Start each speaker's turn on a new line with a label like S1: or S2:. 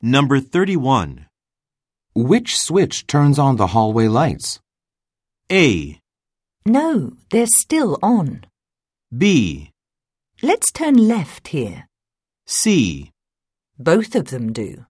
S1: Number 31.
S2: Which switch turns on the hallway lights?
S1: A.
S3: No, they're still on.
S1: B.
S3: Let's turn left here.
S1: C.
S3: Both of them do.